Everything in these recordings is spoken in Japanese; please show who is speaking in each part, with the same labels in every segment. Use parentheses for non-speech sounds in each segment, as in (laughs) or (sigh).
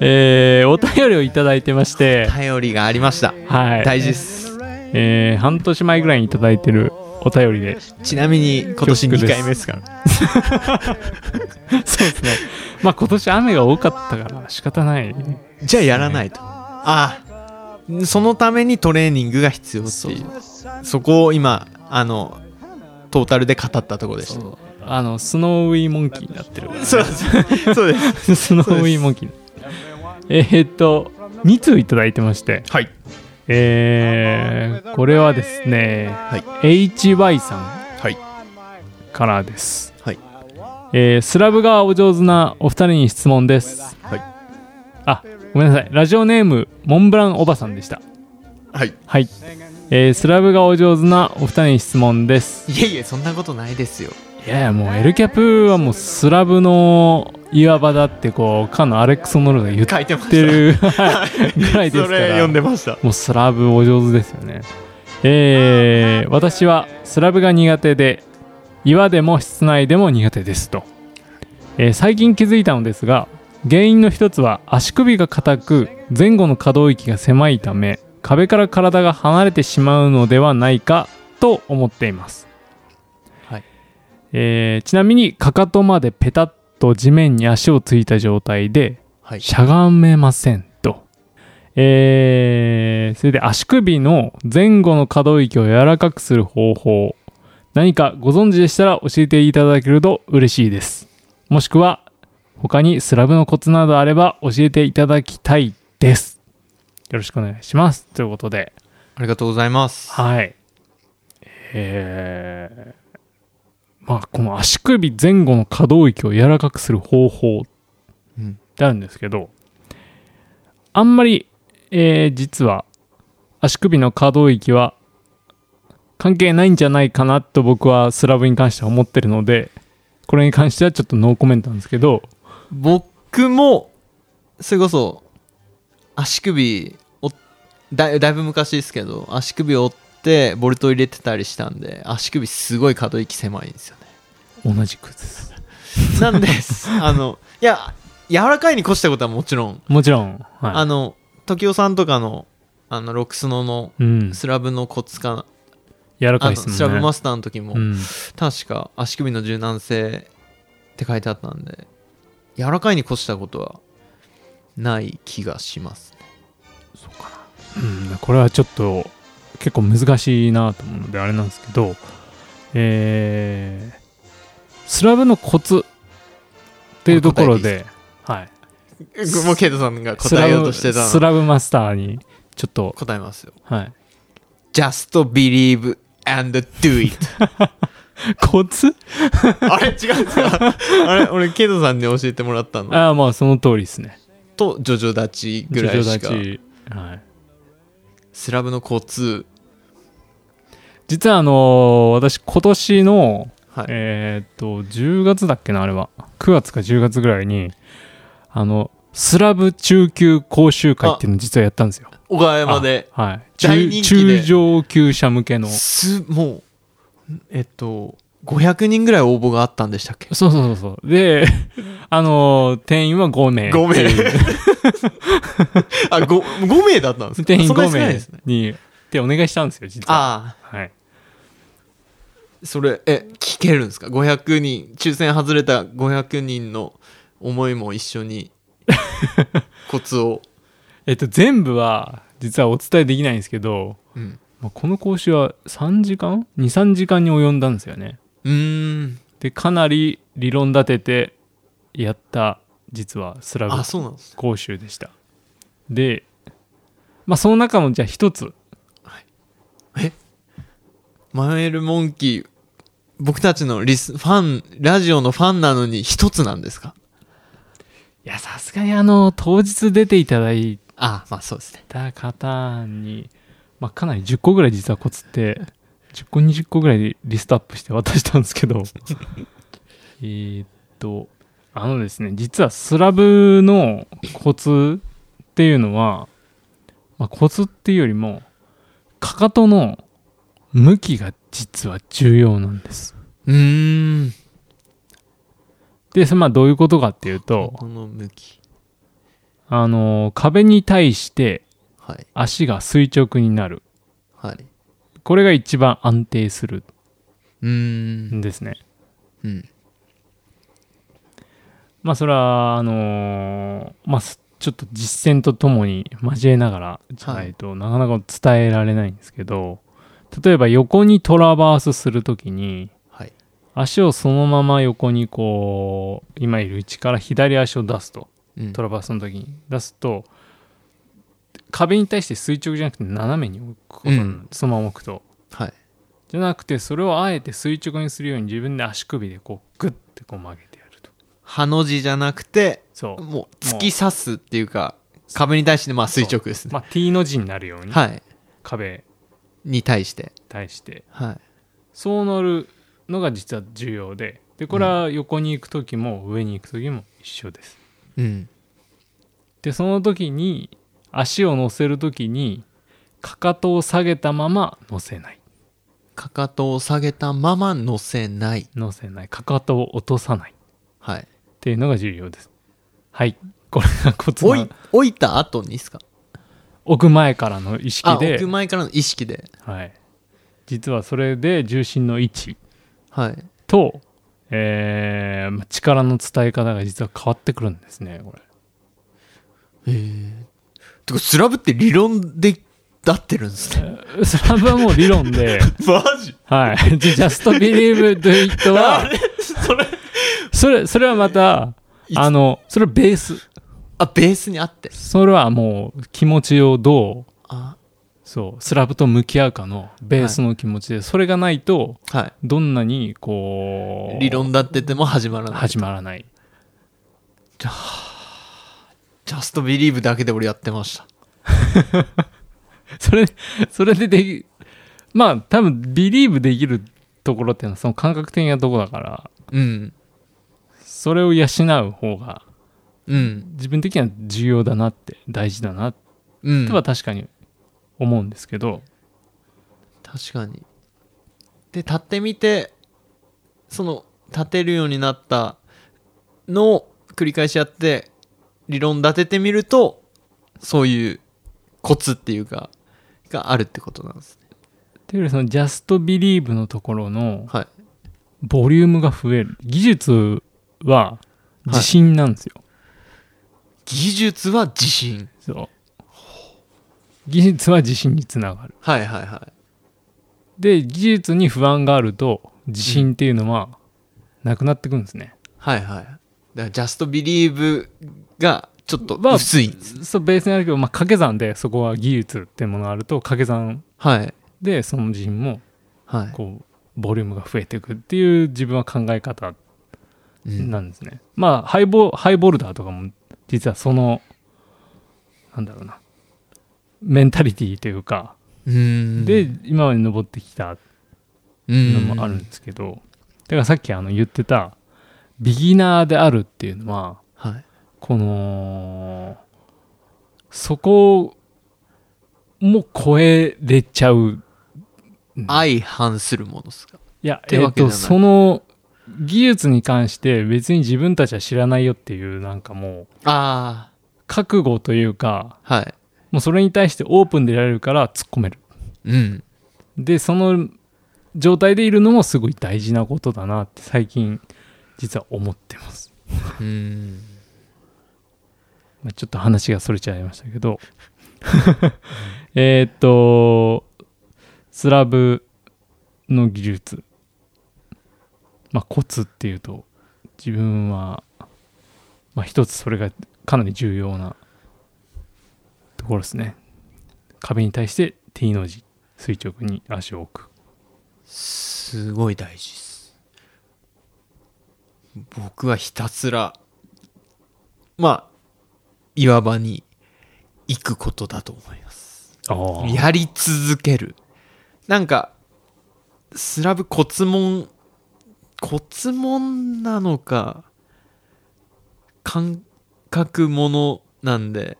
Speaker 1: えー、お便りをいただいてま (laughs) して、
Speaker 2: (laughs) 頼りがありました。
Speaker 1: はい
Speaker 2: 大事です。
Speaker 1: えー、半年前ぐらいにいただいてるお便りで、
Speaker 2: ちなみに今年
Speaker 1: 恐縮です
Speaker 2: 2回目ですから。
Speaker 1: (laughs) そうですね、まあ今年雨が多かったから仕方ない、
Speaker 2: じゃあやらないと。ああ、そのためにトレーニングが必要っていう。そこを今、あの、トータルで語ったところでした。
Speaker 1: あのスノーウィーモンキーになってる (laughs) から、
Speaker 2: そうです。そうです。
Speaker 1: スノーウィーモンキー。えー、っと、2通いただいてまして、
Speaker 2: (laughs) はい。
Speaker 1: えー、これはですね、
Speaker 2: はい。
Speaker 1: HY さ
Speaker 2: はい。
Speaker 1: んからです。
Speaker 2: はい。
Speaker 1: えー、スラブがお上手なお二人に質問です。
Speaker 2: はい。
Speaker 1: あ、ごめんなさい。ラジオネーム、モンブランおばさんでした。
Speaker 2: はい。
Speaker 1: はい。えー、スラブがお上手なお二人に質問です。
Speaker 2: いえいえ、そんなことないですよ。
Speaker 1: いやいや、もうエルキャプはもうスラブの岩場だって、こう、かのアレックソノルが言っ
Speaker 2: 書いてました。
Speaker 1: てるはいぐらいです
Speaker 2: そ
Speaker 1: か
Speaker 2: れ読
Speaker 1: ら
Speaker 2: ん。でました。
Speaker 1: もうスラブお上手ですよね。えー、私はスラブが苦手で、岩でも室内でも苦手ですと。えー最近気づいたのですが、原因の一つは足首が硬く、前後の可動域が狭いため、壁から体が離れてしまうのではないかと思っています。
Speaker 2: はい
Speaker 1: えーちなみに、かかとまでペタッと地面に足をついた状態で、
Speaker 2: はい。
Speaker 1: しゃがめませんと。えー、それで足首の前後の可動域を柔らかくする方法。何かご存知でしたら教えていただけると嬉しいです。もしくは、他にスラブのコツなどあれば教えていただきたいです。よろしくお願いします。ということで、
Speaker 2: ありがとうございます。
Speaker 1: はい。えー、まあ、この足首前後の可動域を柔らかくする方法
Speaker 2: うん
Speaker 1: ってあるんですけど、あんまり、えー実は足首の可動域は関係ないんじゃないかなと僕はスラブに関しては思ってるので、これに関してはちょっとノーコメントなんですけど、
Speaker 2: 僕もそれこそ足首をだだいぶ昔ですけど足首を折ってボルトを入れてたりしたんで足首すごい可動域狭いんで
Speaker 1: (laughs)
Speaker 2: すよね
Speaker 1: 同じくです。
Speaker 2: なんですあのいや柔らかいに越したことはもちろん、
Speaker 1: もちろん、は
Speaker 2: あ
Speaker 1: い。
Speaker 2: の時雄さんとかのあのロックスノの
Speaker 1: うん、
Speaker 2: スラブのコツかな、
Speaker 1: 柔らか
Speaker 2: あ
Speaker 1: い
Speaker 2: の
Speaker 1: ですもんね。
Speaker 2: スラブマスターの時も、
Speaker 1: うん、
Speaker 2: 確か足首の柔軟性って書いてあったんで柔らかいに越したことはない気がします
Speaker 1: うん、これはちょっと結構難しいなと思うのであれなんですけど、えースラブのコツっていうところで、はい、
Speaker 2: もうケイトさんが
Speaker 1: ス
Speaker 2: 答
Speaker 1: ラ
Speaker 2: えようと
Speaker 1: ブ
Speaker 2: してた
Speaker 1: ス
Speaker 2: の
Speaker 1: ラブマスターにちょっと、
Speaker 2: 答えますよ
Speaker 1: はい、
Speaker 2: Just believe and
Speaker 1: (laughs)
Speaker 2: do it
Speaker 1: コツ
Speaker 2: あれ違うんですかあれ俺ケイトさんに教えてもらったの
Speaker 1: ああまあその通りですね。
Speaker 2: とジョジョ立ちぐらいしか
Speaker 1: ジョジョ立ちはい、
Speaker 2: スラブのコツ
Speaker 1: 実はあのー私今年の
Speaker 2: はい
Speaker 1: えーっと10月だっけなあれは9月か10月ぐらいにあのスラブ中級講習会っていうのを実はやったんですよ。
Speaker 2: 小川山で
Speaker 1: あはい、
Speaker 2: 大人気で
Speaker 1: 中中上級者向けのそう
Speaker 2: すもうえっと500人ぐらい応募があったんでしたっけ
Speaker 1: そうそうそう
Speaker 2: (laughs)
Speaker 1: であのー店員は5名
Speaker 2: 5名 (laughs) あ 5, 五名だったんですか
Speaker 1: 店員
Speaker 2: そんな
Speaker 1: 5
Speaker 2: に少ないです
Speaker 1: 名
Speaker 2: ね
Speaker 1: にってお願いしたんですよ実は
Speaker 2: ああ
Speaker 1: はい、
Speaker 2: それえ聞けるんですか500人抽選外れた500人の思いも一緒に (laughs) コツを、
Speaker 1: えっと全部は実はお伝えできないんですけど、
Speaker 2: うん、
Speaker 1: まあ、この講習は3時間23時間に及んだんですよね
Speaker 2: うーん
Speaker 1: でかなり理論立ててやった実はスラブ
Speaker 2: あそうなんです
Speaker 1: 講習でしたでまあその中のじゃあ一つ
Speaker 2: マエルモンキー僕たちのリスファンラジオのファンなのに一つなんですか
Speaker 1: いや、さすがにあの、当日出ていただい
Speaker 2: あまあそうですね
Speaker 1: た方に、まあ、かなり10個ぐらい実はコツって、10個20個ぐらいリストアップして渡したんですけど、えーっと、あのですね、実はスラブのコツっていうのは、まあ、コツっていうよりも、かかとの向きが実は重要なんです。
Speaker 2: うーん
Speaker 1: で、それまあどういうことかっていうと、
Speaker 2: この向き
Speaker 1: あのー壁に対して
Speaker 2: はい
Speaker 1: 足が垂直になる
Speaker 2: はい
Speaker 1: これが一番安定する
Speaker 2: うーん
Speaker 1: んですね、
Speaker 2: うん
Speaker 1: まあそれはあのーまあすちょっと実践とともに交えながらじゃないとなかなか伝えられないんですけど、例えば横にトラバースするときに
Speaker 2: はい
Speaker 1: 足をそのまま横にこう今いる位置から左足を出すと
Speaker 2: うん
Speaker 1: トラバースの時に出すと壁に対して垂直じゃなくて斜めに置くことになる、
Speaker 2: うん
Speaker 1: そのまま置くと
Speaker 2: はい
Speaker 1: じゃなくてそれをあえて垂直にするように自分で足首でこうグッてこう曲げてやると
Speaker 2: ハの字じゃなくて
Speaker 1: そう、
Speaker 2: もう突き刺すっていうか壁に対してまあ垂直ですね
Speaker 1: まあ、T の字になるように
Speaker 2: はい
Speaker 1: 壁に
Speaker 2: に対して
Speaker 1: 対して
Speaker 2: はい
Speaker 1: そうなるのが実は重要ででこれは横に行く時も上に行く時も一緒です
Speaker 2: うん
Speaker 1: でその時に足を乗せる時にかかとを下げたまま乗せない
Speaker 2: かかとを下げたまま乗せない
Speaker 1: 乗せないかかとを落とさない
Speaker 2: はい
Speaker 1: っていうのが重要ですはいこれがコツ
Speaker 2: 置
Speaker 1: ない
Speaker 2: 置いた後にですか
Speaker 1: 置く前からの意識
Speaker 2: あ
Speaker 1: で
Speaker 2: 置く前からの意識で
Speaker 1: はい、実はそれで重心の位置
Speaker 2: はい
Speaker 1: と、えーまあ力の伝え方が実は変わってくるんですねこれ
Speaker 2: (laughs) ええてかスラブって理論でだってるんですね
Speaker 1: えスラブはもう理論で
Speaker 2: (laughs) マジ
Speaker 1: はい Just believe do it は
Speaker 2: (laughs) それ
Speaker 1: それそれはまた
Speaker 2: いつ
Speaker 1: あのそれはベース
Speaker 2: あベースにあって
Speaker 1: それはもう気持ちをどう
Speaker 2: あ
Speaker 1: そうスラブと向き合うかのベースの気持ちで、それがないと
Speaker 2: は
Speaker 1: どんなにこ
Speaker 2: いう理論だってても始まらない
Speaker 1: 始まらない
Speaker 2: ジャストビリーブだけで俺やってました
Speaker 1: (laughs) それそれでできまあ多分ビリーブできるところっていうのはその感覚的なとこだから
Speaker 2: うん
Speaker 1: それを養う方が
Speaker 2: うん
Speaker 1: 自分的には重要だなって大事だなっ
Speaker 2: うん
Speaker 1: ては確かに思うんですけど、
Speaker 2: 確かにで立ってみてその立てるようになったのを繰り返しやって理論立ててみるとそういうコツっていうかがあるってことなんですね
Speaker 1: というよりそのジャストビリーブのところの
Speaker 2: はい
Speaker 1: ボリュームが増える技術は自信なんですよ、
Speaker 2: 技術は自信
Speaker 1: そう技術は自信につながる
Speaker 2: はいはいはい
Speaker 1: で技術に不安があると自信っていうのはなくなってくるんですね、
Speaker 2: はいはいだからジャストビリーブがちょっと
Speaker 1: まあ
Speaker 2: 薄いんです、
Speaker 1: そうベースにあるけど、まあ、掛け算でそこは技術ってものがあると掛け算
Speaker 2: はい
Speaker 1: でその人も
Speaker 2: はい、
Speaker 1: こうボリュームが増えていくっていう自分は考え方
Speaker 2: うん
Speaker 1: なんですね、まあハイボハイボルダーとかも実はそのなんだろうなメンタリティというか、
Speaker 2: うん
Speaker 1: で今まで登ってきたのもあるんですけど、だからさっきあの言ってたビギナーであるっていうのは
Speaker 2: はい
Speaker 1: このそこも超えれちゃう
Speaker 2: 相反するものですか
Speaker 1: いや
Speaker 2: て
Speaker 1: えっ、
Speaker 2: わけじゃ
Speaker 1: と
Speaker 2: ない
Speaker 1: その技術に関して別に自分たちは知らないよっていうなんかもう
Speaker 2: あ
Speaker 1: 覚悟というか
Speaker 2: あはい
Speaker 1: もうそれに対してオープンでいられるから突っ込める
Speaker 2: うん。
Speaker 1: でその状態でいるのもすごい大事なことだなって最近実は思ってます、
Speaker 2: うん。
Speaker 1: まあ、ちょっと話がそれちゃいましたけど (laughs) えーっとスラブの技術まあコツっていうと自分はまあ一つそれがかなり重要なところですね壁に対して T の字垂直に足を置く
Speaker 2: すごい大事です。僕はひたすら、まあ、岩場に行くことだと思います。
Speaker 1: あ
Speaker 2: やり続ける。なんか、スラブコツモン、コツモンなのか、感覚ものなんで、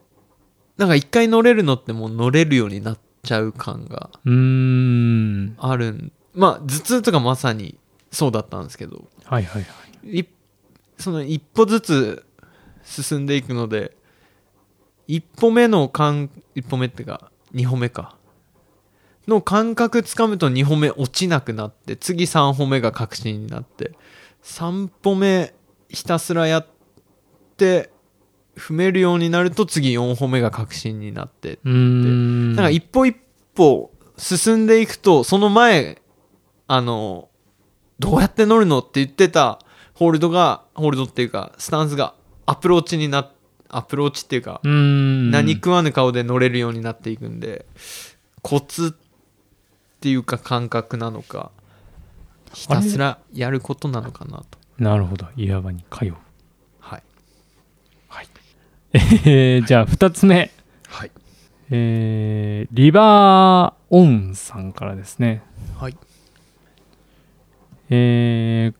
Speaker 2: なんか一回乗れるのってもう乗れるようになっちゃう感が
Speaker 1: うーん。
Speaker 2: あるんまあ頭痛とかまさにそうだったんですけど
Speaker 1: はいはいはい。
Speaker 2: いその一歩ずつ進んでいくので一歩目の感一歩目ってか二歩目かの感覚つかむと二歩目落ちなくなって次三歩目が確信になって三歩目ひたすらやって踏めるようになると次四歩目が確信になって
Speaker 1: うーん。
Speaker 2: なんか一歩一歩進んでいくと、その前、あの、どうやって乗るのって言ってたホールドが、ホールドっていうか、スタンスがアプローチになっ、アプローチっていうか、
Speaker 1: うーん。
Speaker 2: 何食わぬ顔で乗れるようになっていくんで、コツっていうか感覚なのか、ひたすらやることなのかなと。
Speaker 1: なるほど。いわばに通う。
Speaker 2: はい。はい。
Speaker 1: えー、じゃあ2つ目。
Speaker 2: はい。
Speaker 1: えー、リバーオンさんからですね。
Speaker 2: はい。
Speaker 1: えー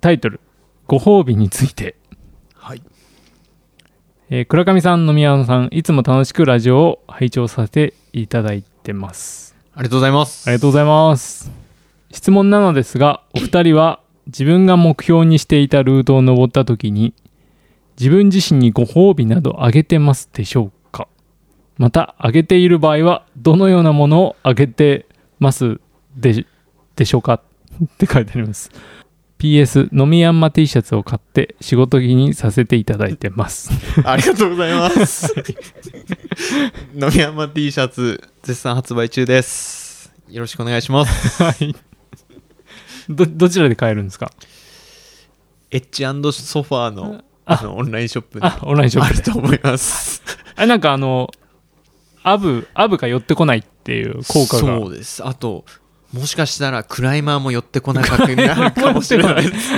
Speaker 1: タイトル「ご褒美について
Speaker 2: はい。」
Speaker 1: えー倉上さん野宮野さんいつも楽しくラジオを拝聴させていただいてます
Speaker 2: ありがとうございます。
Speaker 1: ありがとうございます質問なのですがお二人は自分が目標にしていたルートを登った時に自分自身にご褒美などあげてますでしょうかまたあげている場合はどのようなものをあげてますででしょうかって書いてあります PS 飲みヤンマ T シャツを買って仕事着にさせていただいてます
Speaker 2: ありがとうございます。野宮山 T シャツ、絶賛発売中です。よろしくお願いします。
Speaker 1: はいど (laughs) どちらで買えるんですか
Speaker 2: エッジソファーの
Speaker 1: あ
Speaker 2: あのオンラインショップに
Speaker 1: あオンラインショッ
Speaker 2: あ
Speaker 1: プ
Speaker 2: る
Speaker 1: で
Speaker 2: と思います。
Speaker 1: あなんかあのアブアブが寄ってこないっていう効果が
Speaker 2: そうです。あと、もしかしたらクライマーも寄ってこなくなるかもしれないです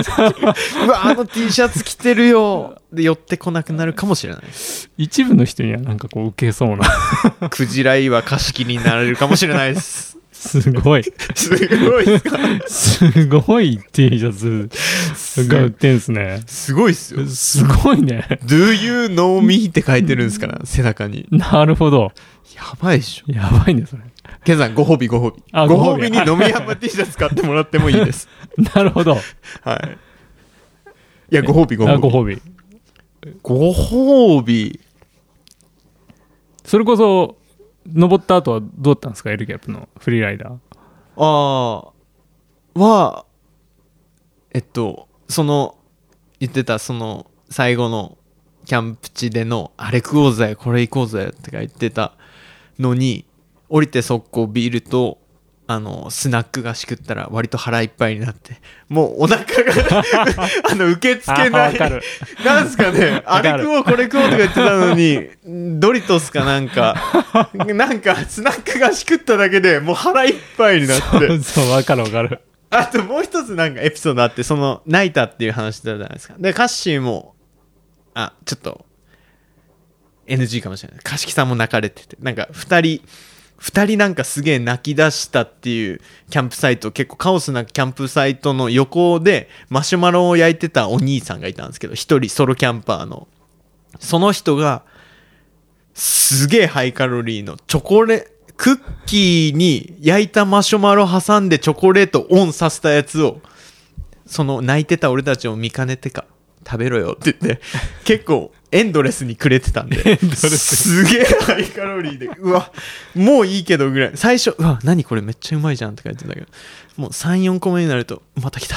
Speaker 1: (laughs)
Speaker 2: うわ、あの T シャツ着てるよ。で、寄ってこなくなるかもしれないです。
Speaker 1: 一部の人にはなんかこう受けそうな
Speaker 2: クジライは貸し切りになれるかもしれな
Speaker 1: (laughs)
Speaker 2: いです。
Speaker 1: (laughs) すごい
Speaker 2: すごいっすか
Speaker 1: すごい T シャツが売ってんすね
Speaker 2: すごいっすよ。
Speaker 1: すごいね
Speaker 2: Do you know me? って書いてるんですから、背中に。
Speaker 1: なるほど
Speaker 2: やばいでしょ。
Speaker 1: やばいねそれ
Speaker 2: ケンさん、ご褒美、ご褒美。
Speaker 1: あ
Speaker 2: ご褒美に
Speaker 1: ご褒美
Speaker 2: 飲み山 T シャツ買ってもらってもいいです。
Speaker 1: なるほど
Speaker 2: はい。いや、ご褒美、ご
Speaker 1: あ
Speaker 2: 褒
Speaker 1: ご
Speaker 2: 美。
Speaker 1: 褒美
Speaker 2: ご褒美。
Speaker 1: それこそ登った後はどうだったんですかエルキャップのフリーライダー
Speaker 2: ああ、は、えっと、その、言ってた、その、最後の、キャンプ地での、あれ食おうぜ、これ行こうぜ、とか言ってたのに、降りて速攻ビールと、あの、スナック菓子食ったら、割と腹いっぱいになって、もうお腹
Speaker 1: (laughs)
Speaker 2: が、あの、受け付けな
Speaker 1: あ
Speaker 2: い
Speaker 1: わ。かる
Speaker 2: なんすかね、あ
Speaker 1: わ
Speaker 2: れ
Speaker 1: かる
Speaker 2: 食おう、これ食おうとか言ってたのに、ドリトスかなん
Speaker 1: (laughs)
Speaker 2: か、なんかスナック菓子食っただけでもう腹いっぱいになって、
Speaker 1: (laughs) そうわかるわかる
Speaker 2: あともう一つなんかエピソードあって、その、泣いたっていう話だったじゃないですか。で、カッシーも、あ、ちょっと、NG かもしれない。カシキさんも泣かれてて、なんか二人、二人なんかすげえ泣き出したっていうキャンプサイト、結構カオスなキャンプサイトの横でマシュマロを焼いてたお兄さんがいたんですけど、一人ソロキャンパーの。その人が、すげえハイカロリーのチョコレ、クッキーに焼いたマシュマロ挟んでチョコレートオンさせたやつを、その泣いてた俺たちを見かねてか、食べろよって言って、結構エンドレスにくれてたんで、すげえハイカロリーで、うわ、もういいけどぐらい。最初、うわ、何これめっちゃうまいじゃんって書いてたけど、もう3、4個目になると、また来た。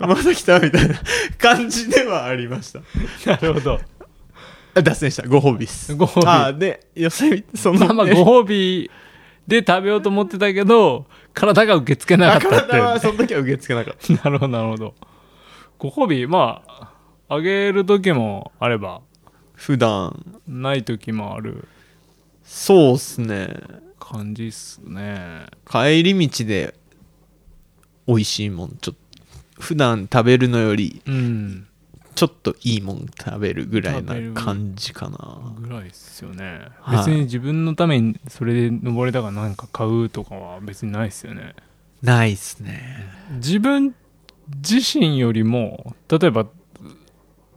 Speaker 2: また来たみたいな感じではありました。
Speaker 1: なるほど
Speaker 2: あ脱線した。ご褒美っす。
Speaker 1: ご褒美
Speaker 2: あーで、寄せみ、その、
Speaker 1: (laughs) まあまあ
Speaker 2: ね
Speaker 1: ご褒美で食べようと思ってたけど体が受け付けなかったってい
Speaker 2: 体
Speaker 1: う
Speaker 2: はその時は受け付けなかっ
Speaker 1: (laughs) なるほど、なるほど。ご褒美、まあ、あげる時もあれば、
Speaker 2: た。普段、
Speaker 1: ない時もある
Speaker 2: そうっすね。
Speaker 1: 感じっすね。
Speaker 2: 帰り道で、美味しいもん、ちょっと、普段食べるのより、
Speaker 1: うん。
Speaker 2: ちょっといいもん食べるぐらいな感じかな。
Speaker 1: ぐらいっすよね。
Speaker 2: はい
Speaker 1: 別に自分のためにそれで登れたからなんか買うとかは別にないっすよね。
Speaker 2: ないっすね。
Speaker 1: 自分自身よりも、例えば、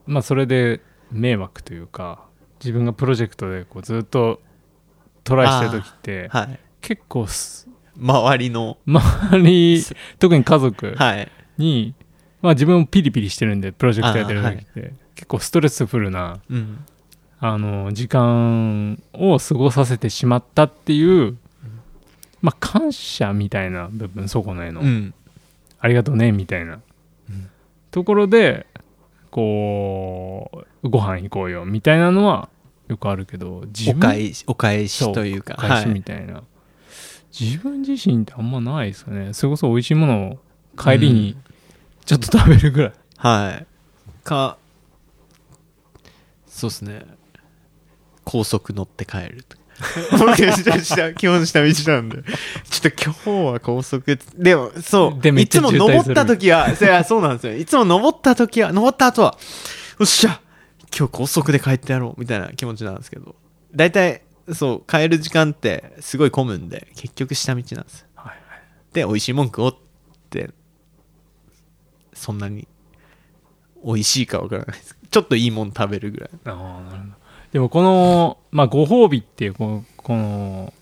Speaker 1: まあそれで迷惑というか、自分がプロジェクトでこうずっとトライしてる時って、
Speaker 2: はい。
Speaker 1: 結構す
Speaker 2: 周りの、
Speaker 1: 周り、特に家族、
Speaker 2: はい。
Speaker 1: に、まあ、自分もピリピリしてるんでプロジェクトやってる時って、結構ストレスフルな
Speaker 2: うん。
Speaker 1: あの時間を過ごさせてしまったっていう、まあ、感謝みたいな部分そこのへの、
Speaker 2: うん
Speaker 1: ありがとうねみたいな、
Speaker 2: うん
Speaker 1: ところでこうご飯行こうよみたいなのはよくあるけど自
Speaker 2: お
Speaker 1: 分
Speaker 2: 返しお返し
Speaker 1: そう
Speaker 2: というか
Speaker 1: お返し
Speaker 2: はい
Speaker 1: みたいな、自分自身ってあんまないですよねそれこそ美味しいものを帰りにちょっと食べるぐらい、
Speaker 2: はいかそうですね高速乗って帰るとか僕下下基本下道なんでちょっと今日は高速でもそう
Speaker 1: でめっ
Speaker 2: い
Speaker 1: ち
Speaker 2: つ
Speaker 1: ゃ
Speaker 2: も
Speaker 1: 渋滞
Speaker 2: 登っ
Speaker 1: する
Speaker 2: た時はそやそうなんですよいつも登った時は登った後はよっしゃ今日高速で帰ってやろうみたいな気持ちなんですけど大体そう帰る時間ってすごい混むんで結局下道なんですよ、
Speaker 1: はい
Speaker 2: で美味しいもん食おうってそんなに美味しいかわからないですちょっといいもん食べるぐらい
Speaker 1: ああなるほどでもこの、まあ、ご褒美っていうここの、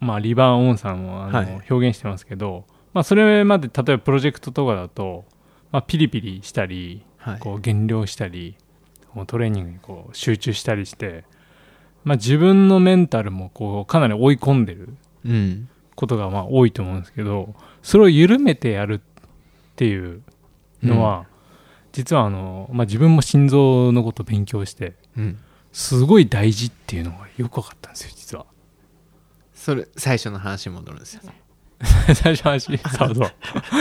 Speaker 1: まあ、リバーオンさんもあの、
Speaker 2: はい
Speaker 1: 表現してますけど、まあ、それまで例えばプロジェクトとかだと、まあ、ピリピリしたり
Speaker 2: はい
Speaker 1: こう減量したりこうトレーニングにこう集中したりして、まあ、自分のメンタルもこうかなり追い込んでる
Speaker 2: うん
Speaker 1: ことがまあ多いと思うんですけどそれを緩めてやるっていうのは、実はあの、まあ、自分も心臓のことを勉強して。
Speaker 2: うん
Speaker 1: すごい大事っていうのがよく分かったんですよ実は
Speaker 2: それ最初の話に戻るんですよね
Speaker 1: (laughs) 最初の話そうそう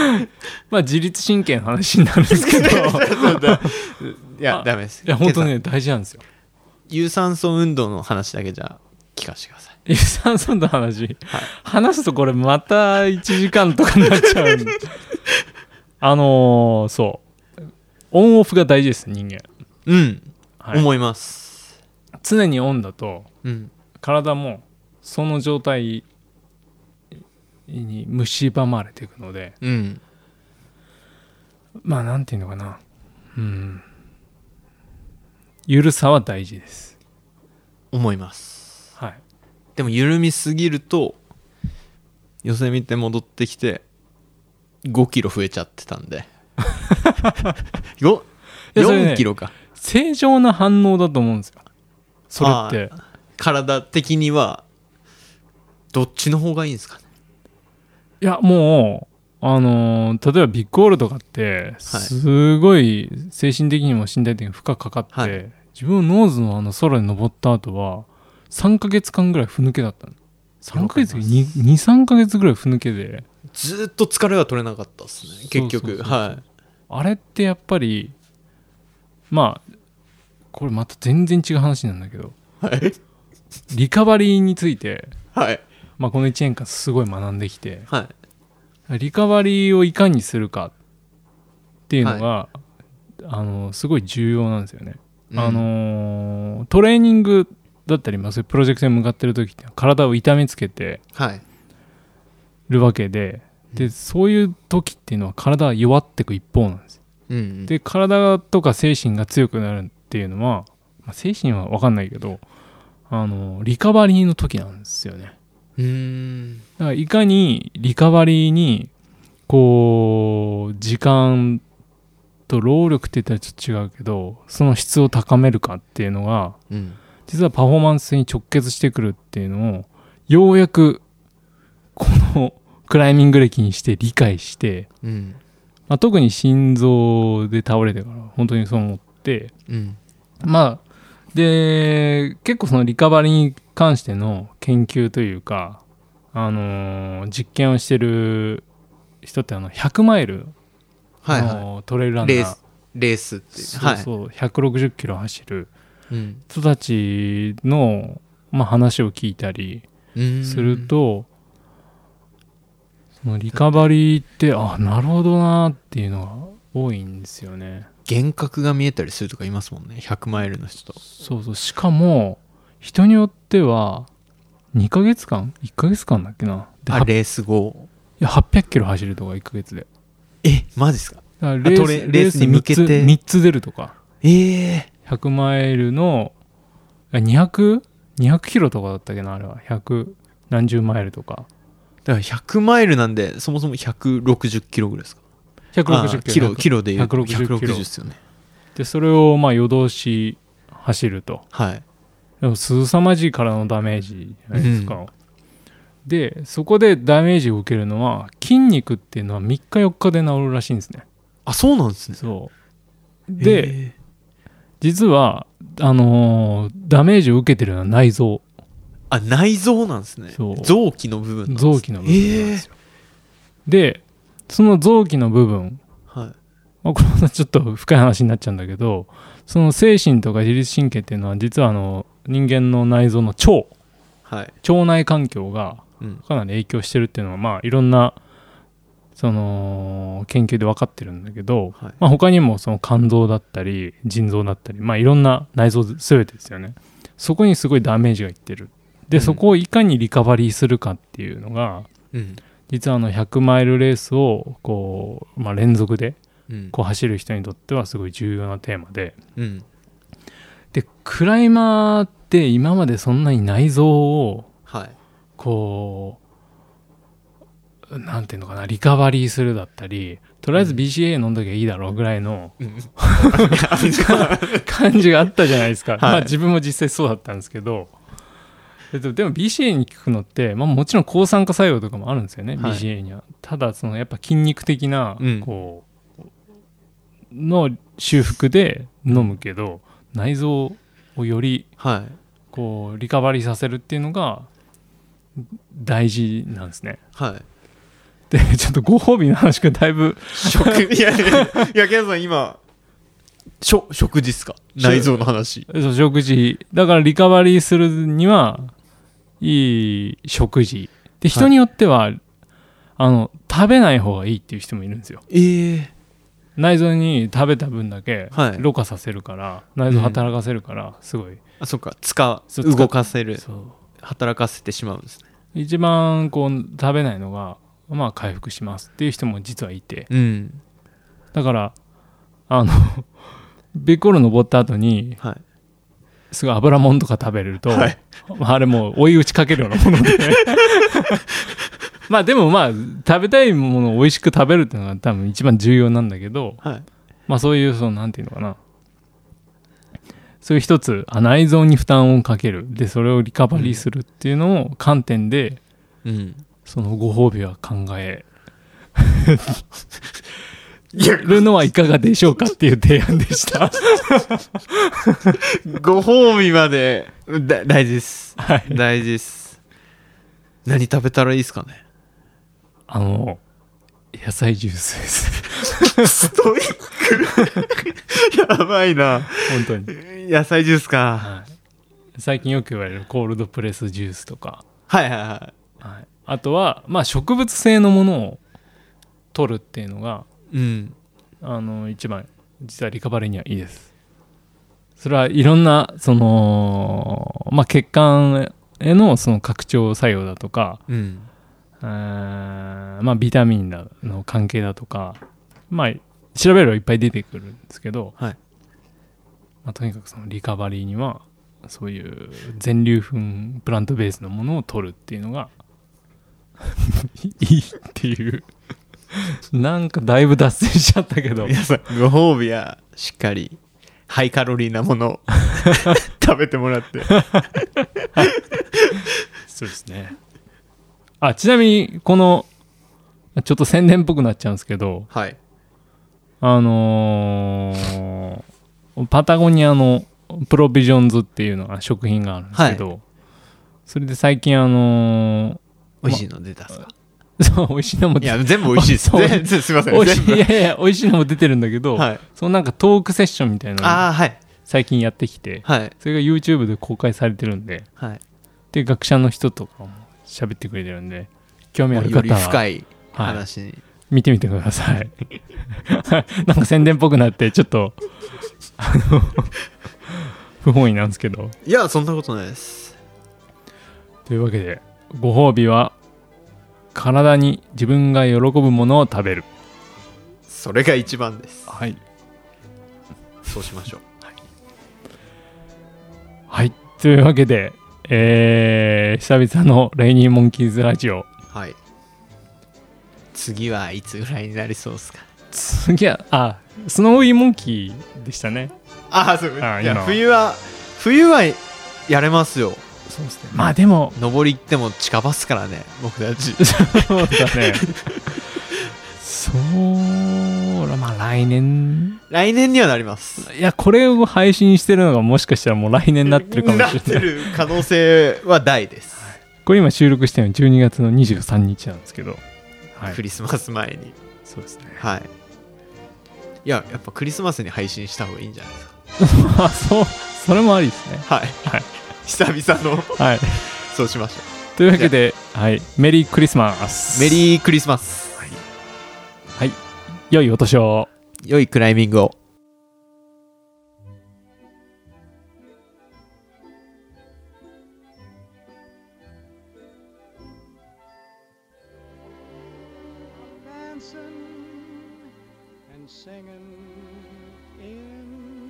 Speaker 1: (laughs) まあ自律神経の話になるんですけ (laughs) ど
Speaker 2: いや
Speaker 1: あ
Speaker 2: ダメです
Speaker 1: いや本当ね大事なんですよ
Speaker 2: 有酸素運動の話だけじゃ聞かせてください
Speaker 1: 有酸素の話、話すとこれまた1時間とかになっちゃうんであのーそうオンオフが大事です人間、
Speaker 2: うん、
Speaker 1: はい
Speaker 2: 思います
Speaker 1: 常にオンだと
Speaker 2: うん
Speaker 1: 体もその状態に蝕まれていくので
Speaker 2: うん
Speaker 1: まあなんていうのかなうんゆるさは大事です
Speaker 2: 思います
Speaker 1: はい
Speaker 2: でも緩みすぎると寄せ見て戻ってきて5キロ増えちゃってたん
Speaker 1: (laughs)
Speaker 2: でよ
Speaker 1: いやそれね
Speaker 2: 4キロか
Speaker 1: 正常な反応だと思うんですよそれって
Speaker 2: 体的にはどっちの方がいいんですかね
Speaker 1: いやもうあのー例えばビッグオールとかってすごい精神的にも身体的に負荷かかって、
Speaker 2: はい
Speaker 1: 自分のノーズのあの空に登った後は3ヶ月間ぐらいふぬけだったの3ヶ月
Speaker 2: わか
Speaker 1: 23ヶ月ぐらいふぬけで
Speaker 2: ずーっと疲れが取れなかったですね結局
Speaker 1: そうそうそうそう
Speaker 2: はい
Speaker 1: あれってやっぱりまあこれまた全然違う話なんだけど
Speaker 2: はい
Speaker 1: リカバリーについて、
Speaker 2: はい
Speaker 1: まあ、この1年間すごい学んできて
Speaker 2: はい
Speaker 1: リカバリーをいかにするかっていうのが、あのすごい重要なんですよね、
Speaker 2: うん
Speaker 1: あのートレーニングだったり、まあ、そういうプロジェクトに向かってる時って体を痛めつけて
Speaker 2: はい
Speaker 1: るわけで
Speaker 2: う
Speaker 1: で
Speaker 2: ん
Speaker 1: そういう時っていうのは体は弱ってく一方なんです
Speaker 2: うんうん
Speaker 1: で体とか精神が強くなるっていうのは、まあ、精神は分かんないけどあのリカバリーの時なんですよね
Speaker 2: うーん
Speaker 1: だからいかにリカバリーにこう時間と労力って言ったらちょっと違うけどその質を高めるかっていうのが
Speaker 2: うん
Speaker 1: 実はパフォーマンスに直結してくるっていうのをようやくこのクライミング歴にして理解して、
Speaker 2: うん
Speaker 1: まあ、特に心臓で倒れてから本当にそう思って、
Speaker 2: うん
Speaker 1: まあで結構そのリカバリーに関しての研究というか、あのー実験をしてる人ってあの100マイル
Speaker 2: はいは
Speaker 1: のトレイルランナー、
Speaker 2: いレースレースっていう
Speaker 1: そう
Speaker 2: はい
Speaker 1: そう、160キロ走る
Speaker 2: うん
Speaker 1: 人たちの、まあ、話を聞いたり
Speaker 2: うーん
Speaker 1: すると、そのリカバリーってあなるほどなっていうのが多いんですよね。
Speaker 2: 幻覚が見えたりするとか言いますもんね100マイルの人
Speaker 1: そうそうしかも人によっては2ヶ月間1ヶ月間だっけなで
Speaker 2: あ
Speaker 1: はっい
Speaker 2: レース後
Speaker 1: や800キロ走るとか1ヶ月で
Speaker 2: えマジですか
Speaker 1: だからレー
Speaker 2: ト
Speaker 1: ス
Speaker 2: レ
Speaker 1: レ
Speaker 2: レー
Speaker 1: ー
Speaker 2: ス
Speaker 1: ス
Speaker 2: に
Speaker 1: に
Speaker 2: 向
Speaker 1: 向
Speaker 2: け
Speaker 1: け
Speaker 2: て
Speaker 1: て 3, つ出るとか
Speaker 2: ええ
Speaker 1: 100マイルの 200200? 200キロとかだったっけなあれは100何十マイルとか
Speaker 2: だから100マイルなんでそもそも160キロぐらいですか
Speaker 1: 160キ
Speaker 2: あ
Speaker 1: ロ
Speaker 2: ーキロで言うと
Speaker 1: 160キロ
Speaker 2: 160ですよね
Speaker 1: でそれをまあ夜通し走ると
Speaker 2: はい
Speaker 1: でも凄まじいからのダメージじゃないですか、でそこでダメージを受けるのは筋肉っていうのは3日4日で治るらしいんですね
Speaker 2: あそうなんですね
Speaker 1: そうで、実はあのーダメージを受けてるのは内臓
Speaker 2: あ内臓なんですね
Speaker 1: そう
Speaker 2: 臓器の部分なんですね
Speaker 1: 臓器の部分なんですよ、でその臓器の部分、
Speaker 2: えーはい
Speaker 1: まあ、これまたちょっと深い話になっちゃうんだけどその精神とか自律神経っていうのは実はあの人間の内臓の腸
Speaker 2: はい
Speaker 1: 腸内環境が
Speaker 2: うん
Speaker 1: かなり影響してるっていうのはまあいろんなその研究で分かってるんだけど、
Speaker 2: はい
Speaker 1: まあ、他にもその肝臓だったり腎臓だったり、まあ、いろんな内臓全てですよねそこにすごいダメージがいってるで、
Speaker 2: うん
Speaker 1: そこをいかにリカバリーするかっていうのが
Speaker 2: うん
Speaker 1: 実はあの100マイルレースをこう、まあ、連続で
Speaker 2: うん
Speaker 1: こう走る人にとってはすごい重要なテーマで
Speaker 2: うん
Speaker 1: でクライマーって今までそんなに内臓を
Speaker 2: はい
Speaker 1: こうなんていうのかなリカバリーするだったりとりあえず BCA 飲んどきゃいいだろうぐらいの (laughs)
Speaker 2: うん
Speaker 1: 感じがあったじゃないですか、
Speaker 2: い
Speaker 1: まあ自分も実際そうだったんですけど、えっと、でも BCA に効くのって、まあ、もちろん抗酸化作用とかもあるんですよね、
Speaker 2: はい
Speaker 1: BCA にはただそのやっぱ筋肉的な
Speaker 2: うん
Speaker 1: こう、の修復で飲むけど内臓をより
Speaker 2: はい
Speaker 1: こうリカバリーさせるっていうのが大事なんですね
Speaker 2: はい
Speaker 1: で (laughs) ちょっとご褒美の話がだいぶ
Speaker 2: 食 (laughs) いやいやいやケンさん今しょ食事っすか内臓の話
Speaker 1: そう食事だからリカバリーするにはいい食事で人によっては、あの食べない方がいいっていう人もいるんですよ
Speaker 2: ええ
Speaker 1: 内臓に食べた分だけ
Speaker 2: はい
Speaker 1: ろ過させるから、内臓働かせるからすごい、
Speaker 2: あそっか使
Speaker 1: そう使
Speaker 2: う動かせる
Speaker 1: そう
Speaker 2: 働かせてしまうんですね
Speaker 1: 一番こう食べないのがまあ回復しますっていう人も実はいて
Speaker 2: うん
Speaker 1: だからあの (laughs) ベッコール登った後に
Speaker 2: はい
Speaker 1: すごい油もんとか食べれると、
Speaker 2: はい
Speaker 1: まああれもう追い打ちかけるようなもので
Speaker 2: (laughs)
Speaker 1: まあでもまあ食べたいものを美味しく食べるっていうのが多分一番重要なんだけど
Speaker 2: はい
Speaker 1: まあそういうそのなんていうのかなそういう一つあ内臓に負担をかけるでそれをリカバリーするっていうのを観点で、
Speaker 2: うん
Speaker 1: そのご褒美は考え
Speaker 2: いや
Speaker 1: るのはいかがでしょうかっていう提案でした。
Speaker 2: ご褒美までだ大事です、
Speaker 1: はい
Speaker 2: 大事です何食べたらいいですかね
Speaker 1: あの野菜ジュースです
Speaker 2: ストイック (laughs) やばいな
Speaker 1: 本当に
Speaker 2: 野菜ジュースか
Speaker 1: はい、最近よく言われるコールドプレスジュースとか、
Speaker 2: はいはいは
Speaker 1: はい、あとは、まあ、植物性のものを取るっていうのが
Speaker 2: いうん
Speaker 1: あの一番実はリカバリーにはいいですそれはいろんなその、まあ、血管へのその拡張作用だとか、
Speaker 2: うん
Speaker 1: えーまあ、ビタミンだの関係だとか、まあ、調べればいっぱい出てくるんですけど、
Speaker 2: はい
Speaker 1: まあ、とにかくそのリカバリーにはそういう全粒粉プラントベースのものを取るっていうのが (laughs) いいっていうなんかだいぶ脱線しちゃったけど
Speaker 2: 野菜ご褒美はしっかりハイカロリーなも (laughs) のを食べてもらって
Speaker 1: そうですねあちなみにこのちょっと宣伝っぽくなっちゃうんですけど
Speaker 2: はい
Speaker 1: あのーパタゴニアのプロビジョンズっていうのが食品があるんですけど、それで最近あの
Speaker 2: 美味しいの出たっすか
Speaker 1: ー (laughs) そう美味しいのも
Speaker 2: いや全部美味しいです
Speaker 1: そう
Speaker 2: 全然すいません
Speaker 1: 美味しいい
Speaker 2: 全
Speaker 1: やいや美味しいのも出てるんだけど、
Speaker 2: 部はい
Speaker 1: そのなんかトークセッションみたいなのが
Speaker 2: ああはい
Speaker 1: 最近やってきて
Speaker 2: はい
Speaker 1: それが YouTube で公開されてるんで
Speaker 2: はい
Speaker 1: で学者の人とかも喋ってくれてるんで興味ある
Speaker 2: より
Speaker 1: 方は
Speaker 2: 深い話に
Speaker 1: 見てみてください (laughs) なんか宣伝っぽくなってちょっとあの (laughs) 不本意なんですけど
Speaker 2: いやそんなことないです
Speaker 1: というわけでご褒美は体に自分が喜ぶものを食べる
Speaker 2: それが一番です
Speaker 1: はい
Speaker 2: そうしましょう
Speaker 1: はいというわけでえー、久々のレイニーモンキーズラジオ
Speaker 2: はい次はいつぐらいになりそうですか
Speaker 1: 次はあスノーイーモンキーでしたね
Speaker 2: ああそう
Speaker 1: あー
Speaker 2: いや
Speaker 1: 今
Speaker 2: 冬は冬はやれますよ
Speaker 1: そうですねまあでも
Speaker 2: 登り行っても近場っすからね僕
Speaker 1: (laughs)
Speaker 2: たち
Speaker 1: そうだねそうまあ来年
Speaker 2: 来年にはなります
Speaker 1: いやこれを配信してるのがもしかしたらもう来年になってるかもし (laughs)
Speaker 2: なっ
Speaker 1: れ
Speaker 2: て
Speaker 1: ない
Speaker 2: る可能性は大です、
Speaker 1: これ今収録してるの12月の23日なんですけどはい
Speaker 2: クリスマス前に
Speaker 1: そうですね
Speaker 2: はいいややっぱクリスマスに配信した方がいいんじゃないです
Speaker 1: (laughs) まあそうそれもありですね
Speaker 2: かはい、
Speaker 1: はい、
Speaker 2: (laughs) 久々の
Speaker 1: はい
Speaker 2: そうしました
Speaker 1: というわけで、はい、メリークリスマス
Speaker 2: メリークリスマス、
Speaker 1: はい良いお年を
Speaker 2: 良いクライミングを
Speaker 3: dancing and singing in